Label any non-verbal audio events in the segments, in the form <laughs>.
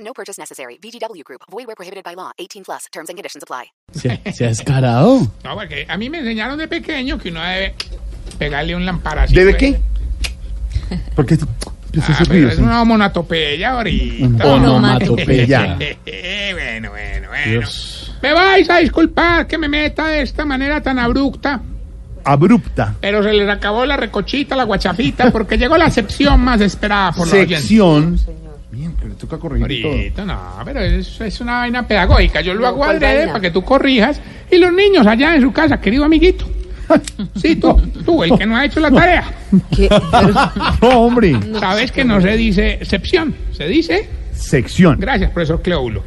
No purchase necessary. VGW Group. Void where prohibited by law. 18 plus. Terms and conditions apply. Se, se ha descarado. No, porque a mí me enseñaron de pequeño que uno debe pegarle un pues. lamparacito. ¿Debe qué? Porque Ah, pero es una onomatopeya ahorita. Onomatopeya. <laughs> bueno, bueno, bueno. Me vais a disculpar que me meta de esta manera tan abrupta, Ah, abrupta. pero se les acabó la recochita, la guachafita, porque llegó la sección más esperada por los oyentes. Sección. Bien, que le toca corregir todo. Ahorita, no, pero es, es una vaina pedagógica. Yo lo hago adrede para que tú corrijas y los niños allá en su casa, querido <laughs> amiguito. Sí, tú, tú, el que no ha hecho la tarea. <laughs> No, hombre. Sabes que no se dice excepción, se dice. Sección. Gracias, profesor Cleóbulo.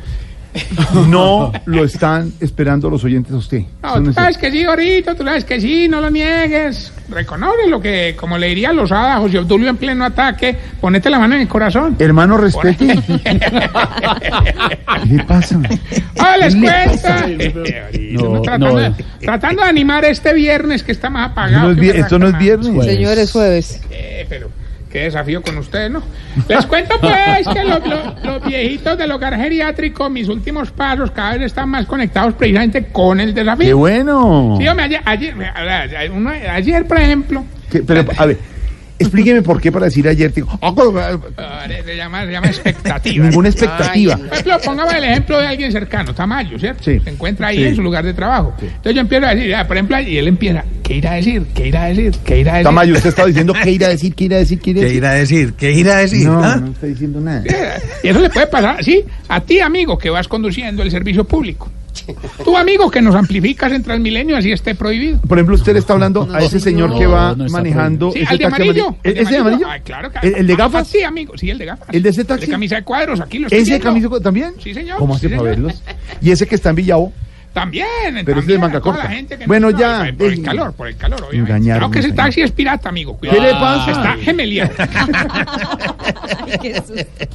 <laughs> No lo están esperando los oyentes a usted. No, tú sabes que sí, ahorita, tú sabes que sí, no lo niegues. Reconoce lo que, como le diría Lozada a José Obdulio en pleno ataque, ponete la mano en el corazón. Hermano, respete. ¿Qué le <laughs> pasa? ¡Ah, les <laughs> cuenta! No, tratando, no, de, eh, tratando de animar este viernes que está más apagado. No es que vi- una esto no es racamada. Pues, viernes. Señores, jueves. Eh, pero qué desafío con ustedes, ¿no? Les cuento pues que los, los- los viejitos del hogar geriátrico, mis últimos pasos, cada vez están más conectados precisamente con el Qué desafío. bueno. Sí, hombre, ayer, ayer, ayer, uno- ayer, por ejemplo, Que- pero, a ver, explíqueme por qué para decir ayer. Digo, "Ah, ah, le- le llama, le llama expectativa. ninguna expectativa. Por ejemplo, pongamos el ejemplo de alguien cercano, Tamayo, ¿cierto? Sí. Se encuentra ahí Sí. en su lugar de trabajo. Entonces yo empiezo a decir, ah, por ejemplo, y él empieza, ¿qué irá a decir? ¿Qué irá a decir? ¿Qué irá a decir? Tamayo, usted estaba diciendo qué ir a decir, qué ir a decir, qué ir a ¿Qué decir. irá a decir? ¿Qué irá a decir? No, ¿Ah? no está diciendo nada. Y eso le puede pasar, sí, a ti, amigo, que vas conduciendo el servicio público. Tú, amigo, que nos amplificas en Transmilenio, así esté prohibido. Por ejemplo, usted le está hablando a ese señor no, que va no está manejando Sí, ese al de taxi amarillo. amari- ¿E- ¿Ese de amarillo? Ay, claro, ¿El, el de a- gafas? Sí, amigo, sí, el de gafas. ¿El de ese taxi? El de camisa de cuadros, aquí lo estoy ¿Ese de viendo. camisa también? Sí, señor. ¿Cómo sí, hace para señor. verlos? ¿Y ese que está en Villavo? También, Pero es de también, manga a toda corta. la gente que Bueno, ya, por- Por el déjeme. calor, por el calor, obviamente. Engañaron, claro que ese engañaron. taxi es pirata, amigo. Cuidado. ¿Qué le pasa? Está <laughs> gemeliado.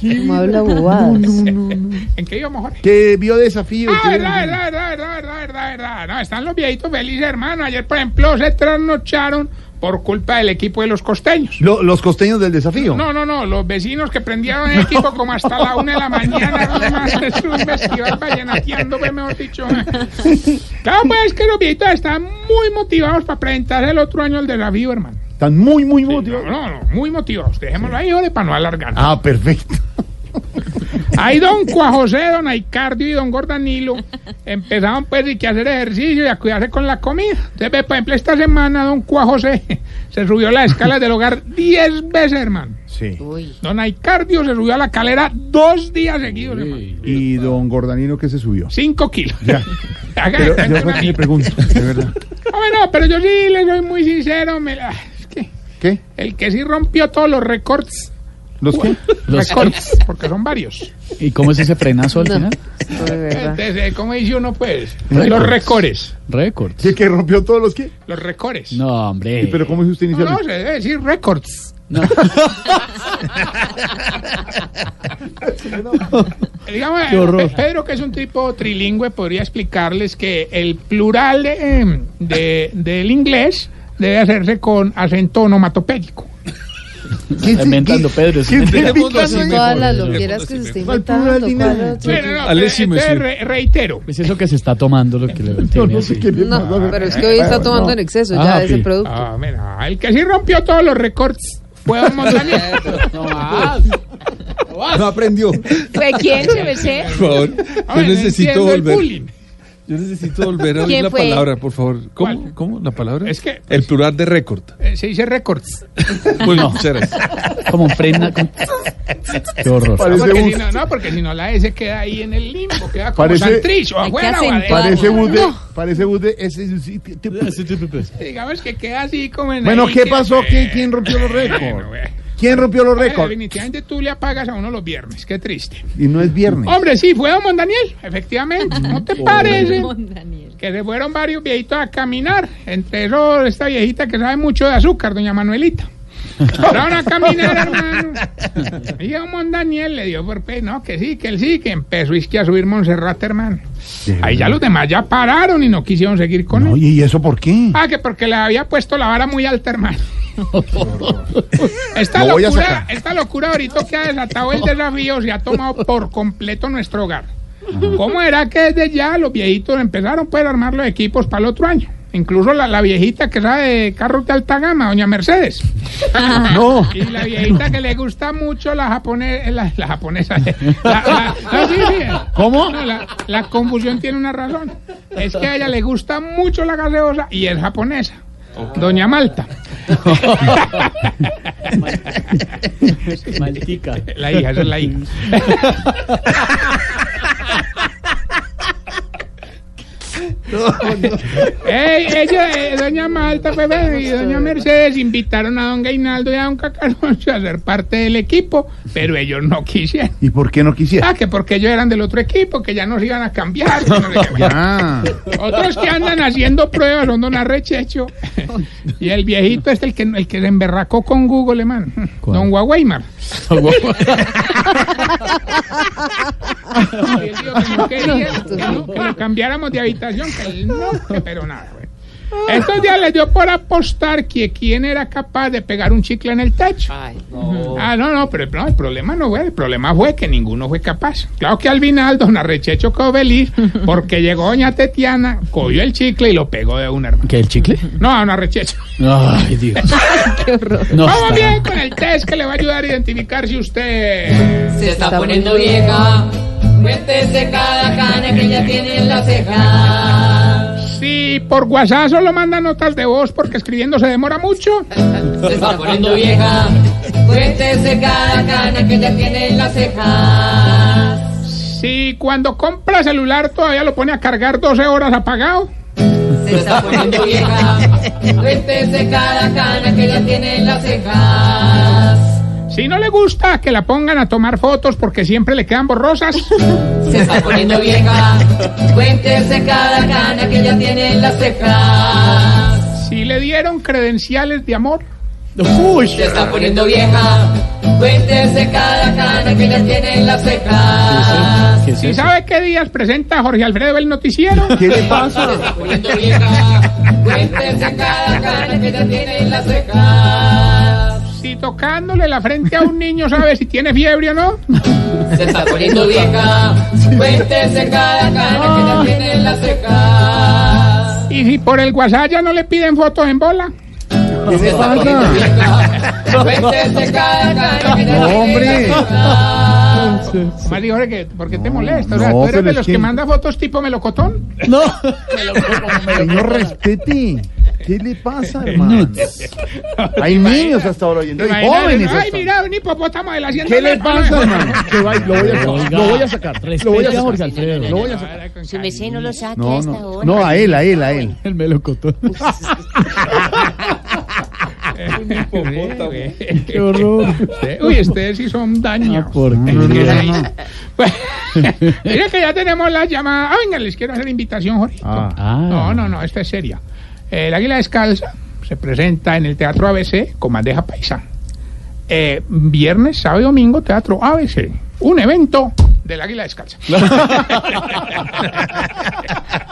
¿Cómo habla bobadas? ¿En qué íbamos, Jorge? Que vio desafío. Ah, que- verdad, verdad, verdad, verdad, verdad, verdad, verdad. No, están los viejitos felices, hermano. Ayer, por ejemplo, se trasnocharon por culpa del equipo de los costeños. Lo- los costeños del desafío. No, no, no, los vecinos que prendieron el equipo como hasta la una de la mañana, además de sus vestidos vallenateando, pues, mejor dicho. Claro, pues es que los viejitos están muy motivados para presentar el otro año el desafío, hermano. Están muy, muy No, motivados. no, no, muy motivados. Dejémoslo ahí, ole, para no alargar. Ah, perfecto. Ahí don Juan José, don Aicardio y don Gordanilo empezaron pues y que a hacer ejercicio y a cuidarse con la comida. Entonces, ve, por ejemplo, esta semana don Juan José se subió la escala del hogar 10 veces, hermano. Sí. Don Aicardio se subió a la calera dos días seguidos, hermano. Y don Gordanino que se subió. Cinco kilos. Ya. <laughs> Haga de Pero cuenta yo una fue que le amiga. pregunto, de verdad. Ah, bueno, pero yo sí le soy muy sincero. me la- es que ¿Qué? el que sí rompió todos los récords, ¿Los qué? Los- récords, porque son varios. ¿Y cómo es ese frenazo al final? De verdad. Entonces, eh, ¿cómo dice uno, pues? Los Récords. récords. Récord. ¿Qué que rompió todos los qué? Los récords. No, hombre. ¿Pero cómo es usted No, no, inicialmente? se debe decir récords. No. <laughs> Digamos, Qué horror. eh, Pedro, que es un tipo trilingüe, podría explicarles que el plural eh, de- del inglés debe hacerse con acento onomatopéyico. Inventando Pedro. es ¿Qué- un- qué- Pero qué- Son todas las loqueras que se está inventando. plural, dime. ¿cuál otro? Bueno, no, Alexis, eh, entonces, monsieur. re- reitero. Es Pues eso que se está tomando lo que le tiene <laughs> no así. sé qué bien No, pasó. pero es que hoy está tomando en exceso ya Ah, ese ok. producto. Ah, mira, el que sí rompió todos los récords fue Don Montaner. <laughs> No más. No aprendió. Por ¿Fue quién, CBC? favor, Ah, yo bueno, necesito entiendo el volver. bullying. Yo necesito volver a oír ¿Quién la fue? palabra, por favor. ¿Cuál? ¿Cómo? ¿Cómo? ¿La palabra? Es que- pues, El plural de récord. Eh, se dice récords. Muy bien, muchas gracias. Como frena. como- Qué horror. No, Parece porque bus. si no, no, porque si no la S queda ahí en el limbo, queda como Parece- Santrich o Hay que afuera o adentro. acentuar. Parece bus de... No. Parece bus de... ese- Digamos que queda así como en Bueno, ahí ¿qué que- pasó? ¿Quién- quién rompió los récords? Bueno, bueno. ¿Quién rompió los récords? Definitivamente tú le apagas a uno los viernes, qué triste. Y no es viernes. Hombre, sí, fue Don Daniel, efectivamente. ¿No te parece? Daniel. Que se fueron varios viejitos a caminar. Entre esos, esta viejita que sabe mucho de azúcar, doña Manuelita. Fueron a caminar, hermano. Y a Don Daniel le dio por pe, no, que sí, que él sí, que empezó es que a subir Montserrat, hermano. Ahí ya los demás ya pararon y no quisieron seguir con No, él. ¿Y eso por qué? Ah, que porque le había puesto la vara muy alta, <laughs> hermano. Esta Lo voy a locura, sacar. esta locura ahorita que ha desatado el desafío se ha tomado por completo nuestro hogar. ¿Cómo era que desde ya los viejitos empezaron pues, a armar los equipos para el otro año? Incluso la, la viejita que sabe de carros de alta gama, doña Mercedes. No. Y la viejita que le gusta mucho la japonesa. eh, La, la japonesa. eh, La, la- no, sí, sí. ¿Cómo? No, la, la confusión tiene una razón. Es que a ella le gusta mucho la gaseosa y es japonesa. Doña Malta, Maltica. la hija, esa es la hija. Ey, ella, eh, doña Malta Pepe, y doña Mercedes invitaron a don Gainaldo y a don Cacaroncio a ser parte del equipo, pero ellos no quisieron. ¿Y por qué <laughs> no Ah, quisiera? que porque ellos eran del otro equipo, que ya nos iban a cambiar. que no sé <laughs> qué. Ah, Ya. Otros que andan haciendo pruebas son don Arrechecho. y el viejito es el que, el que se emberracó con Google, man. ¿Cuál? Don Huaweimar. Y él dijo que no quería, que no, que lo cambiáramos de habitación, que él no, que- pero nada. güey. Estos días les dio por apostar que quién era capaz de pegar un chicle en el techo. Ah, no, no, pero no, el problema no fue, el problema fue que ninguno fue capaz. Claro que al final don Arrechecho quedó feliz porque llegó doña Tetiana, cogió el chicle y lo pegó de un hermano. ¿Qué, el chicle? No, don <laughs> Arrechecho. Ay, Dios. <laughs> Qué horror. No, Vamos está- bien con el test que le va a ayudar a identificar si usted... Se está poniendo vieja. Cuéntese cada cana que ya tiene en la ceja. Si por WhatsApp solo manda notas de voz porque escribiendo se demora mucho. Se está poniendo vieja. Cuéntese cada cana que ya tiene en la ceja. Si cuando compra celular todavía lo pone a cargar 12 horas apagado. Se está poniendo vieja. Cuéntese cada cana que ya tiene en las cejas. Si no le gusta que la pongan a tomar fotos porque siempre le quedan <laughs> borrosas. Se está poniendo vieja. Cuéntese cada cana que ya tiene en las cejas. Si le dieron credenciales de amor. Se está poniendo vieja. Cuéntese cada cana que ya tiene en las cejas. ¿Qué es Si eso? sabe qué días presenta Jorge Alfredo el noticiero. ¿Qué le pasa? Se está poniendo vieja. Cuéntese cada cana que ya tiene en las cejas. Si tocándole la frente a un niño sabe si tiene fiebre o no. Se está poniendo vieja. Cuéntese cada cana que ya tiene en las cejas. Y si por el WhatsApp ya no le piden fotos en bola. Se está poniendo vieja. Cuéntese cada cana que ya tiene en las cejas. Más digo, Jorge, que- ¿por qué te molesta? O sea, no, tú eres pero de es los que que- manda fotos tipo melocotón. No. Señor, respete. ¿Qué le pasa, hermano? Hay niños hasta ahora oyendo. Hay Imagínate, jóvenes. Ay, hasta- mira, un hipopótamo de la hacienda. ¿Qué le Lepa, pasa, ¿no? <laughs> hermano? Que va- Lo voy a sacar. Lo voy a sacar. Lo voy Respete a a Jorge sacar. Alfredo. Lo voy a sacar. Ahora con Su merced no lo saque No, hasta no. ahora. No, a él, a él, a él. El melocotón. Qué horror. Usted- Uy, ustedes sí son daños. Ah, ¿por qué? Mira No, no, que ya tenemos la llamada. Ah, venga, les quiero hacer invitación, Jorge. Ah. Ah. No, no, no, esta es seria. El Águila Descalza se presenta en el Teatro ABC con bandeja paisa. Eh, viernes, sábado y domingo, Teatro ABC. Un evento del Águila <laughs> Descalza. <laughs>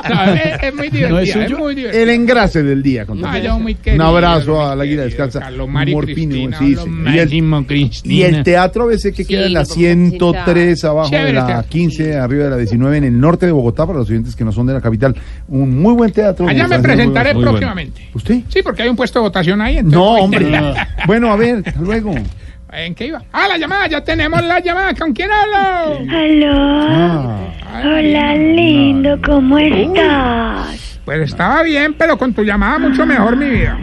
No, es, es muy divertido. ¿No es es, suyo? muy divertido. El engrase del día. con Ah, todo. yo muy Eh, Un querido, abrazo muy a la águila querido, descalza. Carlos Mari Humor fino, Cristina, sí, sí. Carlos Y el- Máximo Y Cristina. el teatro ABC que queda en la Sí, 103, abajo de Chévere, la teatro. 15, arriba de la 19, en el norte de Bogotá, para los oyentes que no son de la capital. Un muy buen teatro. Allá me Muy presentaré bueno. próximamente. Ah. ¿Usted? Sí, porque hay un puesto de votación ahí. entonces- pues, No, hombre. bueno, a ver, hasta luego. ¿En qué iba? Ah, la llamada, ya tenemos la llamada. ¿Con quién hablo? Aló, Ah, hola lindo, ¿cómo estás? Pues estaba bien, pero con tu llamada mucho mejor mi vida.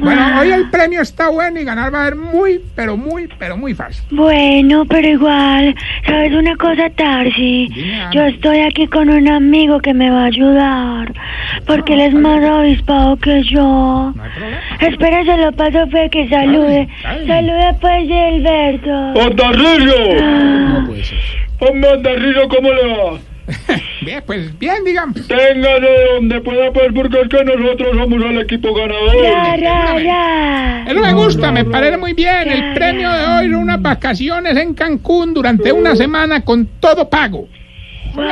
Bueno, hoy el premio está bueno y ganar va a ser muy, pero muy, pero muy fácil. Bueno, pero igual, ¿sabes una cosa, Tarsi? Dime, Ana. Yo estoy aquí con un amigo que me va a ayudar, porque él es más avispado que yo. No hay problema. Espera, se lo paso fe que salude. Ay, ay. Salude pues, Gilberto. Ah, ¡Montarrillo! ¡Montarrillo, cómo le va! Bien, pues bien, digamos. Tenga de donde pueda, pues, porque es que nosotros somos el equipo Ra, ganador. ra, ra. Eso me gusta, me parece muy bien. El premio de hoy son unas vacaciones en Cancún durante una semana con todo pago. Muy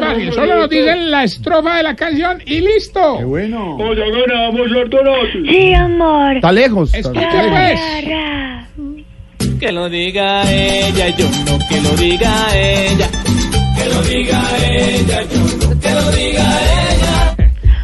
fácil, solo nos dicen la estrofa de la canción y Qué listo. bueno. O ya ganamos, ¿cierto, Nati? Sí, amor. Está lejos. está Escucha lejos. pues. Ra, ra. Que lo diga ella, yo no, que lo diga ella.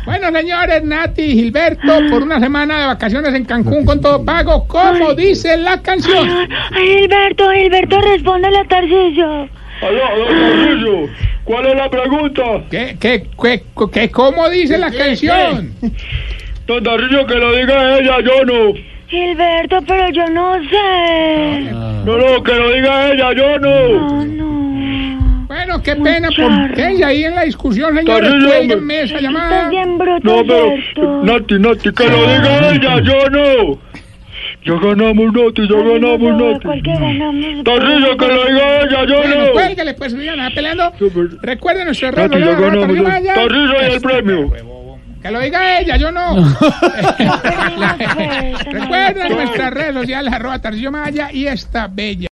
Bueno, señores, Nati y Gilberto, por una semana de vacaciones en Cancún con todo pago, como dice la canción. Ay, Gilberto, Gilberto, responde la Tarcisio. Aló, Montarrillo, ¿cuál es la pregunta? ¿Qué, qué, qué, qué- cómo dice la canción? Montarrillo, que lo diga ella, yo no. Gilberto, pero yo no sé. No, no, que lo diga ella, yo no. No, no. Bueno, qué pena, porque ella ahí en la discusión, señores, Terrible, hombre. cuélguenme esa Estás llamada. bien bruto, No, pero Gilberto. Nati, Nati, que lo diga ella, yo no. Ya ganamos, Nati, ya Ay, no, ganamos, no, Nati. ¿cuál que ganamos? Tarrillo, que lo diga ella, yo Bueno, no. cuélguele, pues, Juliana, peleando. Sí, pero- Recuerden nuestro error. Nati, ya volvemos a grabar ganamos. porque vaya. ya. Tarrillo y el premio. Que lo diga ella, yo no. <laughs> Ay, no, pues, Recuerden nuestras redes sociales, arroba Tarcillo Maya y esta bella.